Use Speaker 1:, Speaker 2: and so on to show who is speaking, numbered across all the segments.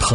Speaker 1: 他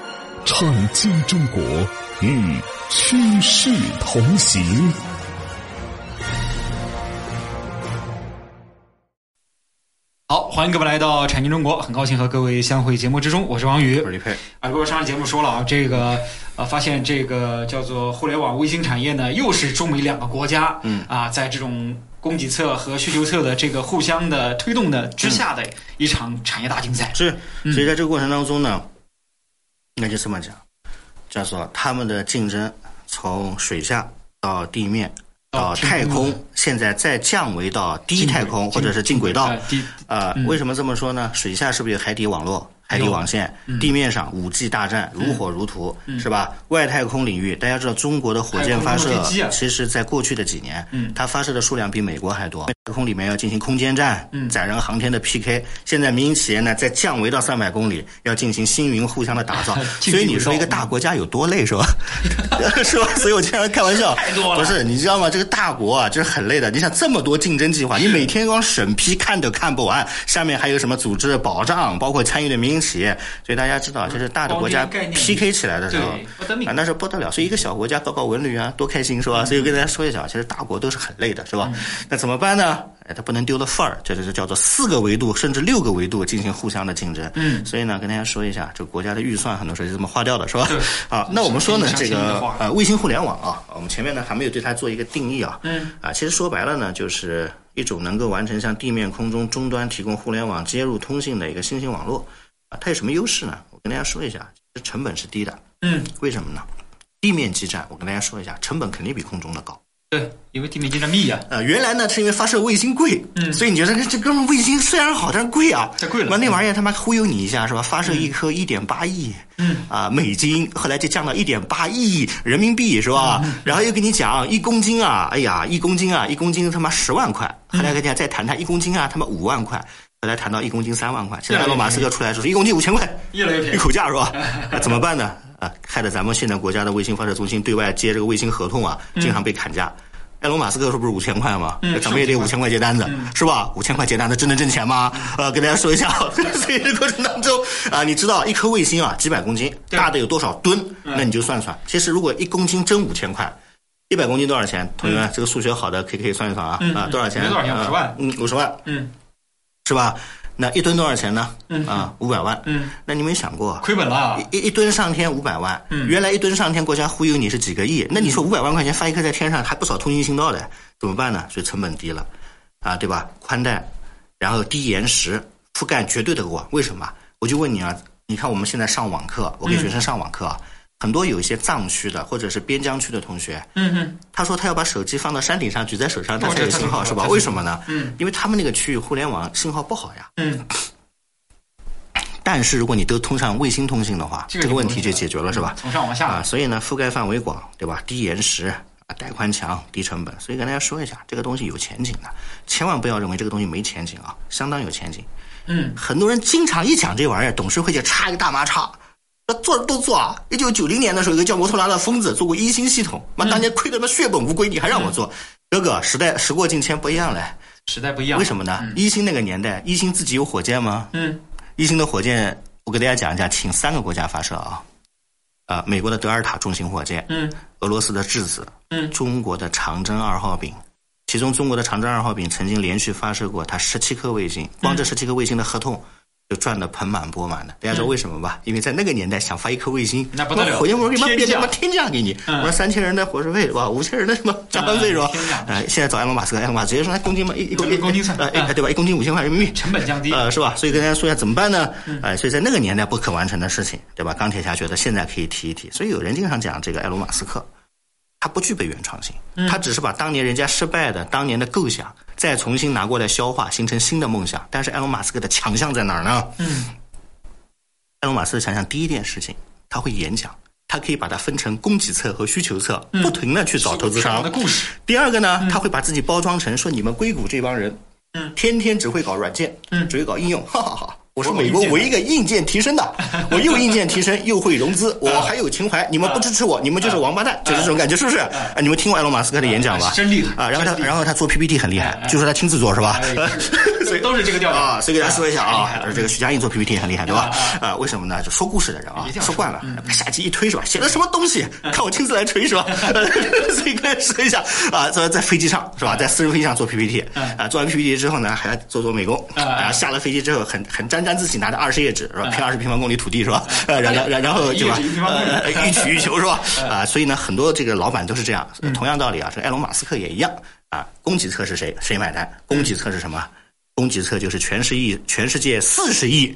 Speaker 1: 创新中国与趋势同行。
Speaker 2: 好，欢迎各位来到《产经中国》，很高兴和各位相会节目之中，我是王宇，
Speaker 3: 我是李佩。
Speaker 2: 啊，不过上期节目说了啊，这个呃，发现这个叫做互联网卫星产业呢，又是中美两个国家，
Speaker 3: 嗯
Speaker 2: 啊，在这种供给侧和需求侧的这个互相的推动的之下的一场产业大竞赛。
Speaker 3: 是，
Speaker 2: 嗯
Speaker 3: 所以在这个过程当中呢，应该就这么讲，叫做他们的竞争从水下到地面
Speaker 2: 到
Speaker 3: 到太
Speaker 2: 天
Speaker 3: 空
Speaker 2: 空，
Speaker 3: 现在再降维到低太空
Speaker 2: 近轨
Speaker 3: 或者是近轨道
Speaker 2: 啊。，第
Speaker 3: 呃
Speaker 2: 嗯，
Speaker 3: 为什么这么说呢？水下是不是有海底网络、海底网
Speaker 2: 哎
Speaker 3: 线？
Speaker 2: 嗯
Speaker 3: 地面上五 G 大战如火如荼，是吧？外太空领域，大家知道中国的火箭发
Speaker 2: 太
Speaker 3: 射
Speaker 2: 空飞机啊，。
Speaker 3: 其实在过去的几年，它发射的数量比美国还多。太空里面要进行空间站、载人航天的 PK，现在民营企业呢在降维到三百公里，要进行星云互相的打造
Speaker 2: 竞技
Speaker 3: 所以你说
Speaker 2: 宇宙
Speaker 3: 一个大国家有多累是吧？ 是吧？所以我经常开玩笑，
Speaker 2: 太多了
Speaker 3: 不是是你知道吗？这个大国啊，就是很累的。你想这么多竞争计 划，你每天光审批看都看不完，下面还有什么组织的保障，包括参与的民营企业。所以大家知道，就是大的国家
Speaker 2: 光这个概念
Speaker 3: PK 起来的时候
Speaker 2: 对不得了
Speaker 3: 啊，那是不得了。所以一个小国家搞搞文旅啊，多开心是吧？所以我跟大家说一下，其实大国都是很累的，是吧？
Speaker 2: 嗯
Speaker 3: 那怎么办呢？哎，它不能丢了范儿，这就是叫做四个维度甚至六个维度进行互相的竞争。嗯，所以呢，跟大家说一下，这个国家的预算很多时候就这么花掉的，是吧
Speaker 2: 对？
Speaker 3: 啊，那我们说呢，
Speaker 2: 是
Speaker 3: 这
Speaker 2: 是的
Speaker 3: 个
Speaker 2: 话
Speaker 3: 呃，卫星互联网啊，我们前面呢还没有对它做一个定义啊。
Speaker 2: 嗯。
Speaker 3: 啊，其实说白了呢，就是一种能够完成向地面、空中终端提供互联网接入通信的一个新型网络。啊，它有什么优势呢？我跟大家说一下，其实成本是低的。
Speaker 2: 嗯，
Speaker 3: 为什么呢？地面基站，我跟大家说一下，成本肯定比空中的高。
Speaker 2: 对，因为地面基站密呀，
Speaker 3: 呃，原来呢是因为发射卫星贵，嗯，所以你觉得这这哥们卫星虽然好，但是贵啊，
Speaker 2: 这贵了
Speaker 3: 妈那玩意儿他妈忽悠你一下是吧？发射一颗一点八亿，嗯啊美金，后来就降到一点八亿人民币是吧？然后又跟你讲一公斤啊，哎呀一公斤啊一公斤他妈十万块，后来跟大家再谈谈一公斤啊他妈五万块，后来谈到一公斤三万块，现在埃隆马斯克出来说是一公斤五千块，
Speaker 2: 越 来越便
Speaker 3: 一
Speaker 2: 宜。
Speaker 3: 口价是吧？那怎么办呢？啊，害得咱们现在国家的卫星发射中心对外接这个卫星合同啊，
Speaker 2: 嗯
Speaker 3: 经常被砍价。埃隆·马斯克说不是五千块吗？咱们也得五千块接单子，
Speaker 2: 嗯
Speaker 3: 是吧？五千块接单子真能挣钱吗？呃，跟大家说一下， 所以这过程当中啊，你知道一颗卫星啊几百公斤，
Speaker 2: 对嗯
Speaker 3: 大的有多少吨？那你就算算，其实如果一公斤真五千块。一百公斤多少钱？同学们，这个数学好的可以可以算一算啊
Speaker 2: 嗯
Speaker 3: 啊，
Speaker 2: 嗯
Speaker 3: 多少钱？
Speaker 2: 没多少钱
Speaker 3: 呃
Speaker 2: 50万
Speaker 3: 嗯，五十万
Speaker 2: 嗯
Speaker 3: 是吧？那一吨多少钱呢？
Speaker 2: 嗯
Speaker 3: 啊，五百万。
Speaker 2: 嗯，
Speaker 3: 那你没想过，
Speaker 2: 亏本了啊。
Speaker 3: 一一一吨上天五百万，
Speaker 2: 嗯
Speaker 3: 原来一吨上天国家忽悠你是几个亿，那你说五百万块钱发一颗在天上还不少通信信道的，怎么办呢？所以成本低了，啊，对吧？宽带，然后低延时，覆盖绝对的广，为什么？我就问你啊，你看我们现在上网课，
Speaker 2: 嗯
Speaker 3: 我给学生上网课啊，很多有一些藏区的或者是边疆区的同学，
Speaker 2: 嗯嗯，
Speaker 3: 他说他要把手机放到山顶上举在手上，
Speaker 2: 哦
Speaker 3: 他才有
Speaker 2: 这太
Speaker 3: 信
Speaker 2: 好
Speaker 3: 号
Speaker 2: 了
Speaker 3: 是吧？
Speaker 2: 这
Speaker 3: 为什么呢？
Speaker 2: 嗯，
Speaker 3: 因为他们那个区域互联网信号不好呀。
Speaker 2: 嗯。
Speaker 3: 但是如果你都通上卫星通信的话，
Speaker 2: 这
Speaker 3: 这
Speaker 2: 个
Speaker 3: 个问
Speaker 2: 就
Speaker 3: 题
Speaker 2: 不
Speaker 3: 就
Speaker 2: 用嗯
Speaker 3: 解决了，是吧？
Speaker 2: 从上往
Speaker 3: 啊，
Speaker 2: 下，
Speaker 3: 所以呢，覆盖范围广，对吧？低延时啊，带宽强，低成本。所以跟大家说一下，这个东西有前景的，啊千万不要认为这个东西没前景啊，相当有前景。
Speaker 2: 嗯，
Speaker 3: 很多人经常一讲这玩意儿，董事会就插一个大麻叉。那做都做啊！一九九零年的时候，有个叫摩托罗拉的疯子做过一星系统，妈当年亏得他妈血本无归，你还让我做？哥哥，时代时过境迁不一样了，
Speaker 2: 时代不一样。
Speaker 3: 为什么呢？一星那个年代，一星自己有火箭吗？
Speaker 2: 嗯
Speaker 3: 一星的火箭，我给大家讲一下，请三个国家发射啊，呃，美国的德尔塔重型火箭，
Speaker 2: 嗯
Speaker 3: 俄罗斯的质子，
Speaker 2: 嗯
Speaker 3: 中国的长征二号丙。其中，中国的长征二号丙曾经连续发射过它十七颗卫
Speaker 2: 嗯
Speaker 3: 星，光这十七颗卫星的合同就赚得盆满钵满的。大家知道为什么吧？因为在那个年代，想发一颗卫星，
Speaker 2: 嗯那不得了
Speaker 3: 火箭不是给你妈变
Speaker 2: 天价
Speaker 3: 他妈天价给你，
Speaker 2: 嗯
Speaker 3: 我说三千人的伙食费是吧？五千人的什么加班费是吧
Speaker 2: 嗯天价？
Speaker 3: 哎，现在找埃隆马斯克，埃隆马斯克直接说，哎，公斤嘛，一一
Speaker 2: 一公斤算
Speaker 3: 呃
Speaker 2: 嗯
Speaker 3: 哎对吧？一公斤五千块人民币，
Speaker 2: 成本降低嗯
Speaker 3: 呃，是吧？所以跟大家说一下怎么办呢？哎、所以在那个年代不可完成的事情，对吧？钢铁侠觉得现在可以提一提，所以有人经常讲这个埃隆·马斯克，他不具备原创性，
Speaker 2: 嗯
Speaker 3: 他只是把当年人家失败的当年的构想再重新拿过来消化，形成新的梦想。但是埃隆·马斯克的强项在哪儿呢？
Speaker 2: 嗯
Speaker 3: 埃隆·马斯克强项第一件事情，他会演讲。它可以把它分成供给侧和需求侧，
Speaker 2: 嗯
Speaker 3: 不停的去找投资
Speaker 2: 什么样
Speaker 3: 商
Speaker 2: 的。啊故事？
Speaker 3: 第二个呢，他会把自己包装成说你们硅谷这帮人，
Speaker 2: 嗯
Speaker 3: 天天只会搞软件，
Speaker 2: 嗯
Speaker 3: 只会搞应用，哈哈哈。我是
Speaker 2: 我
Speaker 3: 美国
Speaker 2: 有
Speaker 3: 唯
Speaker 2: 硬
Speaker 3: 一一个硬件提 升的，我又硬件提升，又会融
Speaker 2: 啊
Speaker 3: 资，我还有情怀。你们不支持我，你们就是王八蛋，就是这种感觉，是不是？啊，你们听过埃隆·马斯克的演讲吧
Speaker 2: 啊？真厉害
Speaker 3: 啊！然后他
Speaker 2: 真，厉害啊
Speaker 3: 然后他做 PPT 很厉害，据说他亲自做是吧
Speaker 2: 哎？
Speaker 3: 所以
Speaker 2: 都是这个调调
Speaker 3: 啊。所以给大家说一下
Speaker 2: 哎厉害
Speaker 3: 啊
Speaker 2: 了，
Speaker 3: 这个徐佳莹做 PPT 很厉害，对吧
Speaker 2: 啊啊？
Speaker 3: 啊，为什么呢？就说故事的人啊
Speaker 2: 一定，要
Speaker 3: 说惯了，下机一推是吧？写的什么东西？看我亲自来锤是吧？ 所以跟大家说一下啊，在在飞机上是吧？在私人飞机上做 PPT
Speaker 2: 嗯
Speaker 3: 啊，做完 PPT 之后呢，还要做做美工，
Speaker 2: 啊啊
Speaker 3: 然后下了飞机之后很很沾沾自喜，拿着二十页纸是吧？片二十平方公里土地是吧？呃，然然然然后对吧
Speaker 2: 嗯一页纸一平？方公里嗯
Speaker 3: 呃呃欲取欲求是吧？啊，所以呢，很多这个老板都是这样。同样道理啊，这个埃隆·马斯克也一样啊。供给侧是谁？谁买单？供
Speaker 2: 嗯
Speaker 3: 给侧是什么？供给侧就是全世界全世界四十亿。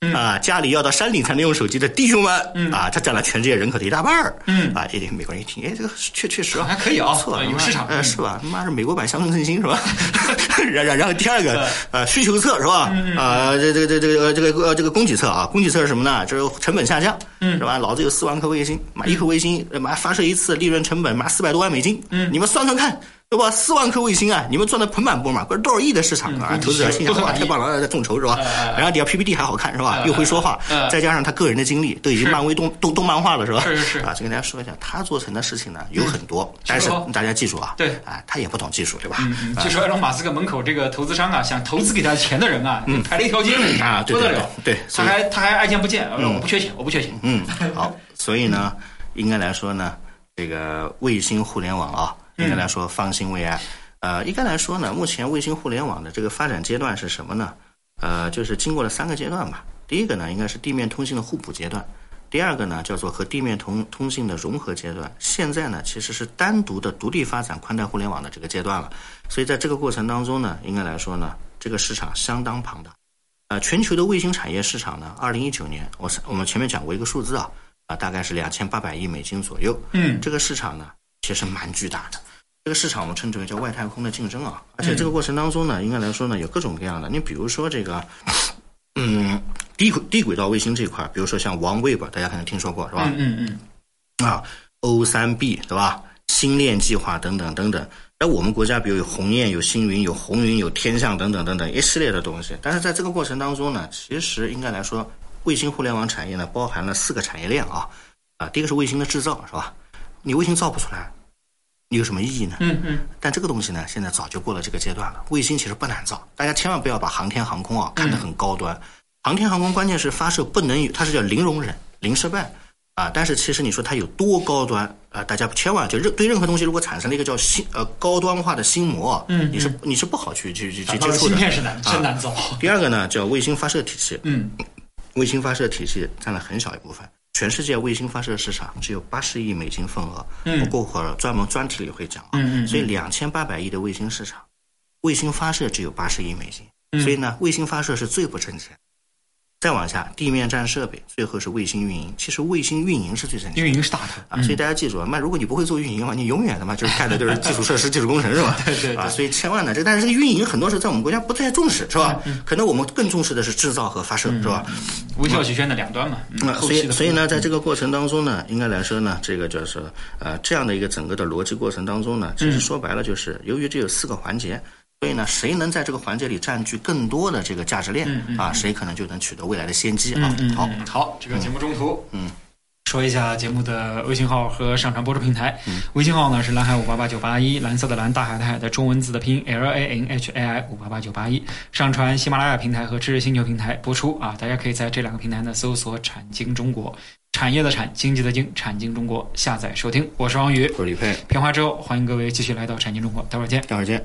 Speaker 2: 嗯
Speaker 3: 啊，家里要到山顶才能用手机的弟兄们，啊，他占了全世界人口的一大半儿，
Speaker 2: 嗯
Speaker 3: 啊，这点美国人一听，哎，这个确确实啊
Speaker 2: 还可以啊
Speaker 3: 不错，
Speaker 2: 呃有
Speaker 3: 他妈
Speaker 2: 市场
Speaker 3: 呃，是吧？他妈是美国版乡村振兴是吧？ 然然然后第二个，呃，需求侧是吧？
Speaker 2: 嗯
Speaker 3: 啊，这这个这个这个这个呃这个供给侧啊，供给侧是什么呢？就是成本下降，
Speaker 2: 嗯
Speaker 3: 是吧？老子有四万颗卫星，买一颗卫星，呃妈发射一次利润成本妈四百多万美金，
Speaker 2: 嗯
Speaker 3: 你们算算看。对吧？四万颗卫星啊，你们赚的盆满钵满，不是多少亿的市场啊！
Speaker 2: 嗯
Speaker 3: 投资者心想：
Speaker 2: 多少
Speaker 3: 哇，
Speaker 2: 亿
Speaker 3: 太棒了，啊众筹是吧
Speaker 2: 哎哎？哎
Speaker 3: 然后底下 PPT 还好看是吧
Speaker 2: 哎？
Speaker 3: 又会说话
Speaker 2: 哎哎哎，
Speaker 3: 再加上他个人的经历，都已经
Speaker 2: 是
Speaker 3: 漫威动动动漫化了是吧？
Speaker 2: 是是是
Speaker 3: 啊，就跟大家说一下，他做成的事情呢有很多，但是
Speaker 2: 是哦
Speaker 3: 大家记住啊，
Speaker 2: 对
Speaker 3: 啊，他也不懂技术，对吧？
Speaker 2: 嗯，据说埃隆·马斯克门口这个投资商啊，想投资给他钱的人啊，排了一条街呢
Speaker 3: 嗯啊对
Speaker 2: 不得
Speaker 3: 对
Speaker 2: 了。
Speaker 3: 对对
Speaker 2: 他
Speaker 3: 所以
Speaker 2: 还他还爱见不见，呃我不缺钱，我不缺钱。
Speaker 3: 嗯，好，所以呢，应该来说呢，这个卫星互联网啊，应该来说方兴未艾。呃，应该来说呢，目前卫星互联网的这个发展阶段是什么呢？呃，就是经过了三个阶段吧。第一个呢，应该是地面通信的互补阶段；第二个呢，叫做和地面通通信的融合阶段；现在呢，其实是单独的独立发展宽带互联网的这个阶段了。所以在这个过程当中呢，应该来说呢，这个市场相当庞大。呃，全球的卫星产业市场呢，二零一九年，我是我们前面讲过一个数字啊，啊、大概是两千八百亿美金左右。
Speaker 2: 嗯
Speaker 3: 这个市场呢，其实蛮巨大的。这个市场我们称之为叫外太空的竞争啊，而且这个过程当中呢，应该来说呢，有各种各样的。你比如说这个，嗯，低轨低轨道卫星这一块，比如说像王卫吧，大家可能听说过是吧？
Speaker 2: 嗯嗯嗯，
Speaker 3: 啊，O 三 B 对吧？星链计划等等等等。那我们国家比如有鸿雁、有星云、有红云、有天象等等等等一系列的东西。但是在这个过程当中呢，其实应该来说，卫星互联网产业呢包含了四个产业链啊。啊，第一个是卫星的制造，是吧？你卫星造不出来，你有什么意义呢？
Speaker 2: 嗯嗯，
Speaker 3: 但这个东西呢，现在早就过了这个阶段了。卫星其实不难造，大家千万不要把航天航空啊看得
Speaker 2: 嗯
Speaker 3: 很高端。航天航空关键是发射不能有，它是叫零容忍、零失败啊。但是其实你说它有多高端啊？大家千万就任对任何东西，如果产生了一个叫心呃高端化的心魔啊，
Speaker 2: 嗯
Speaker 3: 你是你是不好去去去去
Speaker 2: 打
Speaker 3: 接
Speaker 2: 造
Speaker 3: 触
Speaker 2: 芯
Speaker 3: 的。啊
Speaker 2: 片是难真难造。
Speaker 3: 第二个呢，叫卫星发射体系，
Speaker 2: 嗯
Speaker 3: 卫星发射体系占了很小一部分。全世界卫星发射市场只有八十亿美金份额，
Speaker 2: 嗯
Speaker 3: 我过会儿专门专题里会讲啊。
Speaker 2: 嗯嗯嗯
Speaker 3: 所以两千八百亿的卫星市场，卫星发射只有八十亿美金，
Speaker 2: 嗯
Speaker 3: 所以呢，卫星发射是最不挣钱。再往下，地面站设备，最后是卫星运营。其实卫星运营是最挣钱的
Speaker 2: 运营是嗯大头。
Speaker 3: 啊，所以大家记住啊，那如果你不会做运营的话，你永远他妈就是干的就是基础设施、 基础工程是吧？
Speaker 2: 对对对
Speaker 3: 啊，所以千万呢，这但是这个运营很多时候在我们国家不太重视是吧？
Speaker 2: 嗯
Speaker 3: 可能我们更重视的是制造和发射是吧？
Speaker 2: 微笑曲线的两端嘛，嗯
Speaker 3: 那
Speaker 2: 后
Speaker 3: 啊所
Speaker 2: 期
Speaker 3: 以
Speaker 2: 的
Speaker 3: 所以呢，在这个过程当中呢，应该来说呢，这个就是呃这样的一个整个的逻辑过程当中呢，其
Speaker 2: 嗯
Speaker 3: 实说白了就是，由于这有四个环节。所以呢，谁能在这个环节里占据更多的这个价值链、啊，谁可能就能取得未来的先机啊。
Speaker 2: 嗯
Speaker 3: 好，
Speaker 2: 嗯，好，这个节目中途，嗯，说一下节目的微信号和上传播出平台。微信号呢是蓝海五八八九八一，蓝色的蓝，大海的海的中文字的拼 L A N H A I 五八八九八一，上传喜马拉雅平台和知识星球平台播出啊，大家可以在这两个平台呢搜索“产经中国”，产业的产，经济的经，产经中国下载收听。我是王宇，
Speaker 3: 我是李佩，
Speaker 2: 片花之后欢迎各位继续来到产经中国，待会儿见。
Speaker 3: 待会儿见。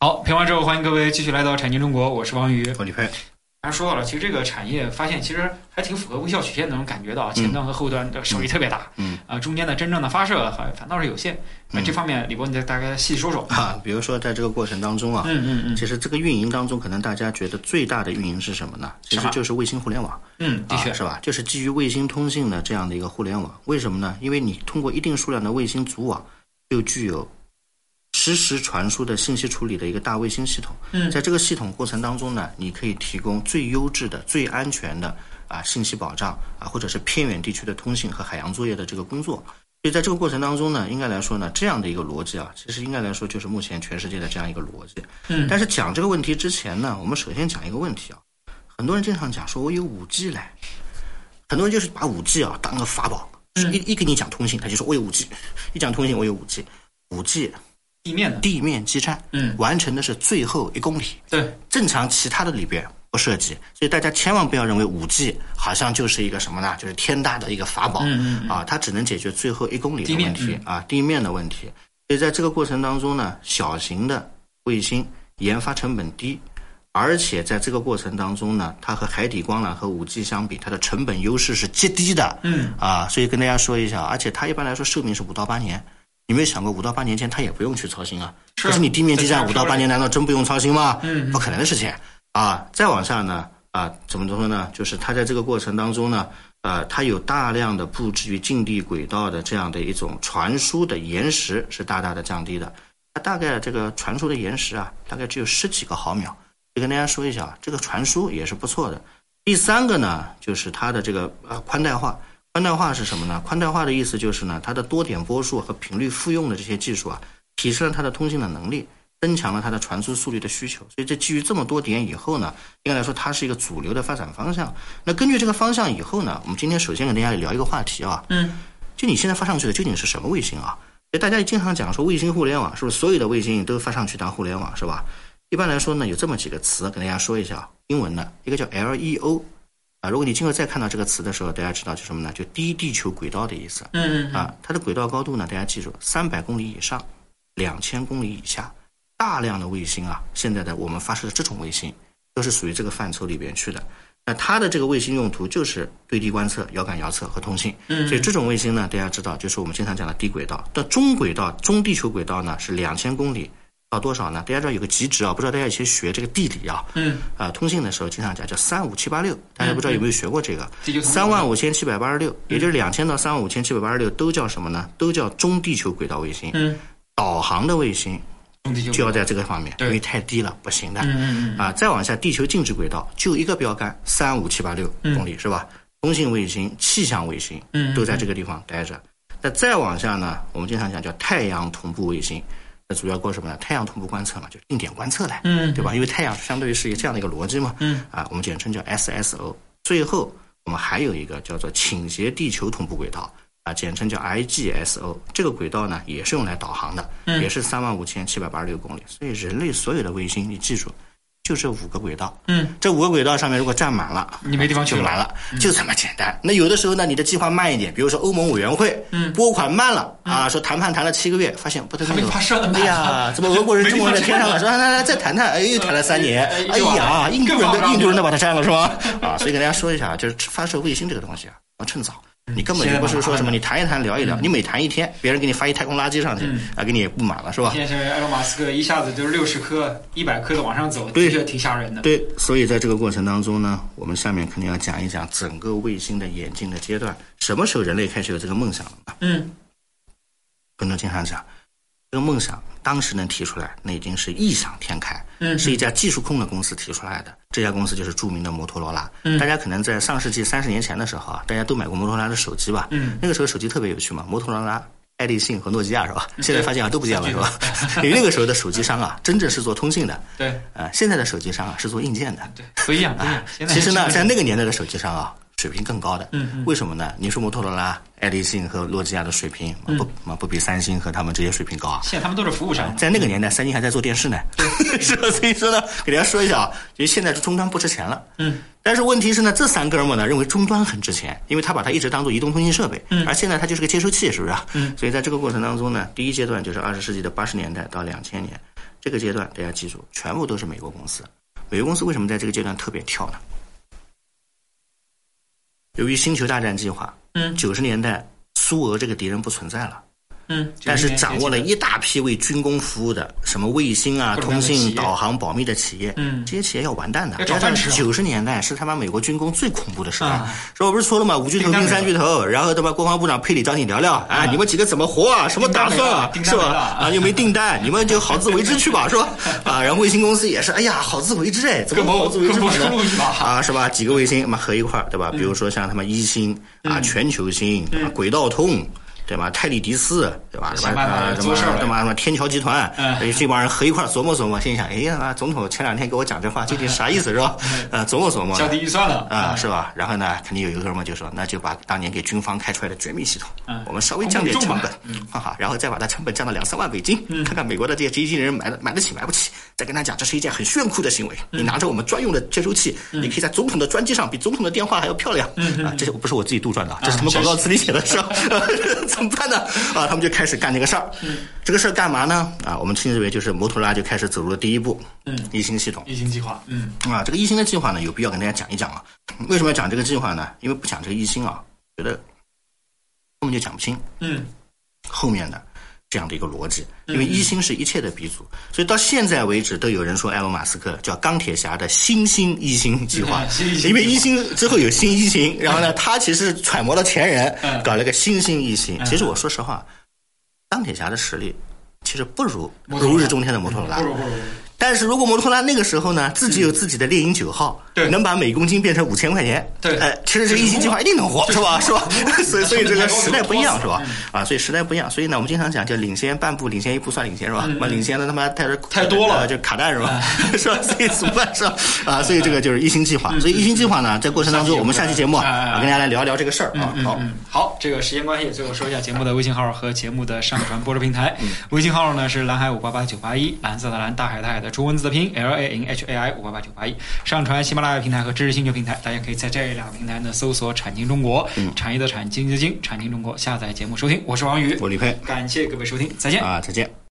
Speaker 2: 好，片花之后欢迎各位继续来到产经中国，我是王宇，
Speaker 3: 我李佩，
Speaker 2: 刚才说到了，其实这个产业发现其实还挺符合微笑曲线那种感觉的啊，前端和后端的手力特别大，
Speaker 3: 嗯，
Speaker 2: 啊，中间的真正的发射反反倒是有限。那这方面，李博你再大概细说说。
Speaker 3: 啊，比如说在这个过程当中啊，
Speaker 2: 嗯嗯嗯
Speaker 3: 其实这个运营当中，可能大家觉得最大的运营是什么呢？其
Speaker 2: 什
Speaker 3: 实
Speaker 2: 么
Speaker 3: 就是卫星互联网，
Speaker 2: 嗯，的确
Speaker 3: 啊、是吧？就是基于卫星通信的这样的一个互联网，为什么呢？因为你通过一定数量的卫星组网，就具有实时传输的信息处理的一个大卫星系统。
Speaker 2: 嗯
Speaker 3: 在这个系统过程当中呢，你可以提供最优质的、最安全的啊信息保障啊，或者是偏远地区的通信和海洋作业的这个工作。所以在这个过程当中呢，应该来说呢，这样的一个逻辑啊，其实应该来说就是目前全世界的这样一个逻辑。
Speaker 2: 嗯
Speaker 3: 但是讲这个问题之前呢，我们首先讲一个问题啊，很多人经常讲说我有五 G 嘞，很多人就是把五 G 啊当个法宝，一一跟你讲通信，他就说我有五 G，一讲通信我有五 G，五 G
Speaker 2: 地面的，
Speaker 3: 地面基站，
Speaker 2: 嗯
Speaker 3: 完成的是最后一公里，
Speaker 2: 对，
Speaker 3: 正常其他的里边不涉及，所以大家千万不要认为五 G 好像就是一个什么呢？就是天大的一个法宝，
Speaker 2: 嗯嗯
Speaker 3: 啊，它只能解决最后一公里
Speaker 2: 地
Speaker 3: 的
Speaker 2: 面嗯
Speaker 3: 问题啊，地面的问题。所以在这个过程当中呢，小型的卫星研发成本低，而且在这个过程当中呢，它和海底光缆和五 G 相比，它的成本优势是极低的。
Speaker 2: 嗯
Speaker 3: 啊，所以跟大家说一下，而且它一般来说寿命是五到八年。你没有想过五到八年前它也不用去操心啊？
Speaker 2: 是
Speaker 3: 可是你地面基
Speaker 2: 在
Speaker 3: 站
Speaker 2: 这
Speaker 3: 五
Speaker 2: 儿说
Speaker 3: 到八
Speaker 2: 了
Speaker 3: 年，难道真不用操心吗？
Speaker 2: 嗯嗯
Speaker 3: 不可能的事情啊。再往下呢，啊，怎么说呢？就是它在这个过程当中呢，呃，它有大量的布置于近地轨道的这样的一种传输的延时是大大的降低的。它大概这个传输的延时啊，大概只有十几个毫秒。就跟大家说一下，啊，这个传输也是不错的。第三个呢，就是它的这个呃宽带化。宽带化是什么呢？宽带化的意思就是呢，它的多点波束和频率复用的这些技术啊，提升了它的通信的能力，增强了它的传输速率的需求。所以这基于这么多点以后呢，应该来说它是一个主流的发展方向。那根据这个方向以后呢，我们今天首先跟大家聊一个话题啊，
Speaker 2: 嗯，
Speaker 3: 就你现在发上去的究竟是什么卫星啊？所以大家也经常讲说卫星互联网是不是所有的卫星都发上去当互联网是吧？一般来说呢，有这么几个词跟大家说一下啊，英文的一个叫 LEO 啊，如果你今后再看到这个词的时候，大家知道是什么呢？就低地球轨道的意思。
Speaker 2: 嗯嗯
Speaker 3: 啊，它的轨道高度呢，大家记住，三百公里以上，两千公里以下，大量的卫星啊，现在的我们发射的这种卫星，都是属于这个范畴里边去的。那它的这个卫星用途就是对地观测、遥感遥测和通信。
Speaker 2: 嗯
Speaker 3: 所以这种卫星呢，大家知道，就是我们经常讲的低轨道。但中轨道、中地球轨道呢，是两千公里到多少呢？大家知道有个极值啊，不知道大家以前学这个地理啊，
Speaker 2: 嗯，
Speaker 3: 啊，通信的时候经常讲叫三五七八六，大家不知道有没有学过这个？
Speaker 2: 地球通信
Speaker 3: 三万五千七百八
Speaker 2: 嗯
Speaker 3: 十六，也就是两千到三万五千七百八十六，都叫什么呢？都叫中地球轨道卫星。
Speaker 2: 嗯，
Speaker 3: 导航的卫星
Speaker 2: 中地
Speaker 3: 就
Speaker 2: 就
Speaker 3: 要在这个方面，
Speaker 2: 对
Speaker 3: 因为太低了不行的。
Speaker 2: 嗯嗯
Speaker 3: 啊，再往下，地球静止轨道就一个标杆，三五七八六公里、是吧？通信卫星、气象卫星，
Speaker 2: 嗯
Speaker 3: 都在这个地方待着。那再往下呢，我们经常讲叫太阳同步卫星，那主要过什么呢？太阳同步观测嘛，就定点观测嘞，
Speaker 2: 嗯
Speaker 3: 对吧？因为太阳相对于是一个这样的一个逻辑嘛，
Speaker 2: 嗯，
Speaker 3: 啊，我们简称叫 SSO。最后我们还有一个叫做倾斜地球同步轨道。啊，简称叫 IGSO，这个轨道呢也是用来导航的，
Speaker 2: 嗯
Speaker 3: 也是三万五千七百八十六公里。所以人类所有的卫星，你记住，就这五个轨道，
Speaker 2: 嗯，
Speaker 3: 这五个轨道上面如果占满了，
Speaker 2: 你没地方去
Speaker 3: 就
Speaker 2: 了
Speaker 3: 完了，就这么简单。那有的时候呢，你的计划慢一点，比如说欧盟委员会，拨款慢了啊，说谈判谈了七个月，发现不对，
Speaker 2: 嗯还没发射呢
Speaker 3: 哎呀， 怎么俄国人、中国人在天 上了？说来来来，再谈谈，哎，又谈了三年
Speaker 2: 哎，
Speaker 3: 哎
Speaker 2: 又完
Speaker 3: 呀
Speaker 2: 了，
Speaker 3: 印度
Speaker 2: 更
Speaker 3: 人
Speaker 2: 夸
Speaker 3: 的
Speaker 2: 张
Speaker 3: 印度人都把它占了是吧？ 啊，所以跟大家说一下，就是发射卫星这个东西啊，要趁早。你根本就不是说 什么，你谈一谈聊
Speaker 2: 嗯
Speaker 3: 一聊，你每谈一天，别人给你发一太空垃圾上去，啊，给你也不满了是吧？
Speaker 2: 现在是埃隆马斯克一下子就是六十颗、一百颗的往上走，
Speaker 3: 对
Speaker 2: 的确挺吓人的。
Speaker 3: 对，所以在这个过程当中呢，我们下面肯定要讲一讲整个卫星的演进的阶段，什么时候人类开始有这个梦想了呢？
Speaker 2: 嗯
Speaker 3: 很多经常讲，这个梦想当时能提出来，那已经是异想天开，
Speaker 2: 嗯
Speaker 3: 是一家技术控的公司提出来的。这家公司就是著名的摩托罗拉，
Speaker 2: 嗯
Speaker 3: 大家可能在上世纪三十年前的时候啊，大家都买过摩托罗拉的手机吧？
Speaker 2: 嗯
Speaker 3: 那个时候手机特别有趣嘛，摩托罗拉。爱立信和诺基亚是吧？现在发现啊都不见了
Speaker 2: 嗯对
Speaker 3: 是吧？ 因为那个时候的手机商啊，真正是做通信的，
Speaker 2: 对
Speaker 3: 呃，现在的手机商啊是做硬件的，
Speaker 2: 对，啊不一样不一样。现在
Speaker 3: 哎其实呢，
Speaker 2: 是
Speaker 3: 在那个年代的手机上啊，水平更高的。
Speaker 2: 嗯嗯
Speaker 3: 为什么呢？你说摩托罗拉、爱立信和诺基亚的水平，
Speaker 2: 嗯
Speaker 3: 不嘛不比三星和他们这些水平高啊？
Speaker 2: 现在他们都是服务商，
Speaker 3: 在那个年代，三星还在做电视呢， 是吧？所以说呢，给大家说一下啊，就是现在终端不值钱了。
Speaker 2: 嗯，
Speaker 3: 但是问题是呢，这三哥们儿呢认为终端很值钱，因为他把它一直当做移动通信设备，嗯，而现在它就是个接收器，是不是啊？嗯，所以在这个过程当中呢，第一阶段就是二十世纪的八十年代到两千年，这个阶段大家记住，全部都是美国公司。美国公司为什么在这个阶段特别跳呢？由于星球大战计划，
Speaker 2: 嗯
Speaker 3: 九十年代苏俄这个敌人不存在了。
Speaker 2: 嗯，
Speaker 3: 但是掌握了
Speaker 2: 一
Speaker 3: 一大批为军工服务的什么卫星啊、
Speaker 2: 各种各
Speaker 3: 通
Speaker 2: 样的企
Speaker 3: 信、
Speaker 2: 业
Speaker 3: 导航、保密的企业，
Speaker 2: 嗯
Speaker 3: 这些企业要完蛋的。
Speaker 2: 要找饭吃啊
Speaker 3: 九十年代是他妈美国军工最恐怖的时代
Speaker 2: 啊。
Speaker 3: 说我不是说了吗？五巨头
Speaker 2: 订单没
Speaker 3: 跟
Speaker 2: 了
Speaker 3: 三巨头，然后他妈国防部长佩里找你聊聊啊，你们几个怎么活啊？什么打算啊？
Speaker 2: 订单
Speaker 3: 是
Speaker 2: 没了订单没
Speaker 3: 吧？
Speaker 2: 了
Speaker 3: 啊，又没订 单，你们就好自为之去吧，是吧？啊，然后卫星公司也是，哎呀，好自为之哎，怎么
Speaker 2: 各谋
Speaker 3: 好自为之法
Speaker 2: 各谋出
Speaker 3: 呢
Speaker 2: 路去吧？
Speaker 3: 啊，是吧？几个卫星嘛合一块儿，对
Speaker 2: 嗯
Speaker 3: 吧？比如说像他们一星啊、全球星、啊轨道通。对吧？泰利迪斯，对吧？什
Speaker 2: 想
Speaker 3: 么
Speaker 2: 办法
Speaker 3: 啊，什
Speaker 2: 做
Speaker 3: 么
Speaker 2: 事儿呗
Speaker 3: 什么什么天桥集团
Speaker 2: 嗯，
Speaker 3: 哎这帮人合一块儿琢磨琢磨，心想，哎呀，啊总统前两天给我讲这话，究竟啥意思是吧？
Speaker 2: 嗯
Speaker 3: 呃，琢磨琢磨
Speaker 2: 降低预算了
Speaker 3: 啊，是吧？然后呢，肯定有一个人嘛，就说，那就把当年给军方开出来的绝密系统
Speaker 2: 嗯，
Speaker 3: 哦我们啊嗯稍微降点成
Speaker 2: 公布
Speaker 3: 本，哈哈，然后再把它成本降到两三万美金，看看美国的这些基金人买得买得起买不起，再跟他讲，这是一件很炫酷的行为，你拿着我们专用的接收器，你可以在总统的专机上比总统的电话还要漂亮，啊，这些不是我自己杜撰的啊，这是他们广告词里写的是吧？ 怎么办呢？啊，他们就开始干这个事儿，这个事儿干嘛呢？啊，我们称之为就是摩托罗拉就开始走入了第一步，嗯，一星系统。
Speaker 2: 疫情计划，嗯
Speaker 3: 啊，这个一星的计划呢，有必要跟大家讲一讲啊。为什么要讲这个计划呢？因为不讲这个一星啊，觉得后面就讲不清
Speaker 2: 嗯
Speaker 3: 后面的这样的一个逻辑。因为一星是一切的鼻祖，所以到现在为止都有人说埃隆·马斯克叫钢铁侠的新兴一星计划
Speaker 2: 嗯新一星计划，
Speaker 3: 因为一星之后有新一星，然后呢，他其实揣摩了前人
Speaker 2: 嗯，
Speaker 3: 搞了个新兴一星。
Speaker 2: 嗯
Speaker 3: 其实我说实话，钢铁侠的实力其实不如
Speaker 2: 摩托罗
Speaker 3: 如
Speaker 2: 拉
Speaker 3: 日中天的摩托罗拉。
Speaker 2: 不如不如，
Speaker 3: 但是如果摩托罗拉那个时候呢，自己有自己的猎鹰九号，
Speaker 2: 嗯对
Speaker 3: 能把每公斤变成五千块钱，
Speaker 2: 对嗯
Speaker 3: 呃，其实这个一星计划一定能活，是吧？是吧？ 所以所以这个时代不一样，是吧？啊，所以时代不一样，所以呢，我们经常讲叫领先半步，领先一步算领先，是吧？那领先的他妈太
Speaker 2: 嗯太多了嗯
Speaker 3: 呃就卡蛋是吧？ 是吧？所以怎么办是吧？啊，所以这个就是一星计划，所以一星计划呢，在过程当中，我们下期节目
Speaker 2: 哎哎哎
Speaker 3: 啊，跟大家来聊一聊这个事儿啊，
Speaker 2: 嗯
Speaker 3: 好。
Speaker 2: 嗯，好，这个时间关系，最后说一下节目的微信号和节目的上传播出平台。
Speaker 3: 嗯
Speaker 2: 微信号呢是蓝海五八八九八一，蓝色的蓝，大海的海的中文字的拼 L A N H A I 五八八九八一。上传喜马拉雅平台和知识星球平台，大家可以在这两个平台呢搜索“产经中国”，
Speaker 3: 嗯
Speaker 2: 产业的产，经济的经，产经中国，下载节目收听。我是王宇，
Speaker 3: 我李佩
Speaker 2: 感谢各位收听，再见。
Speaker 3: 啊，再见。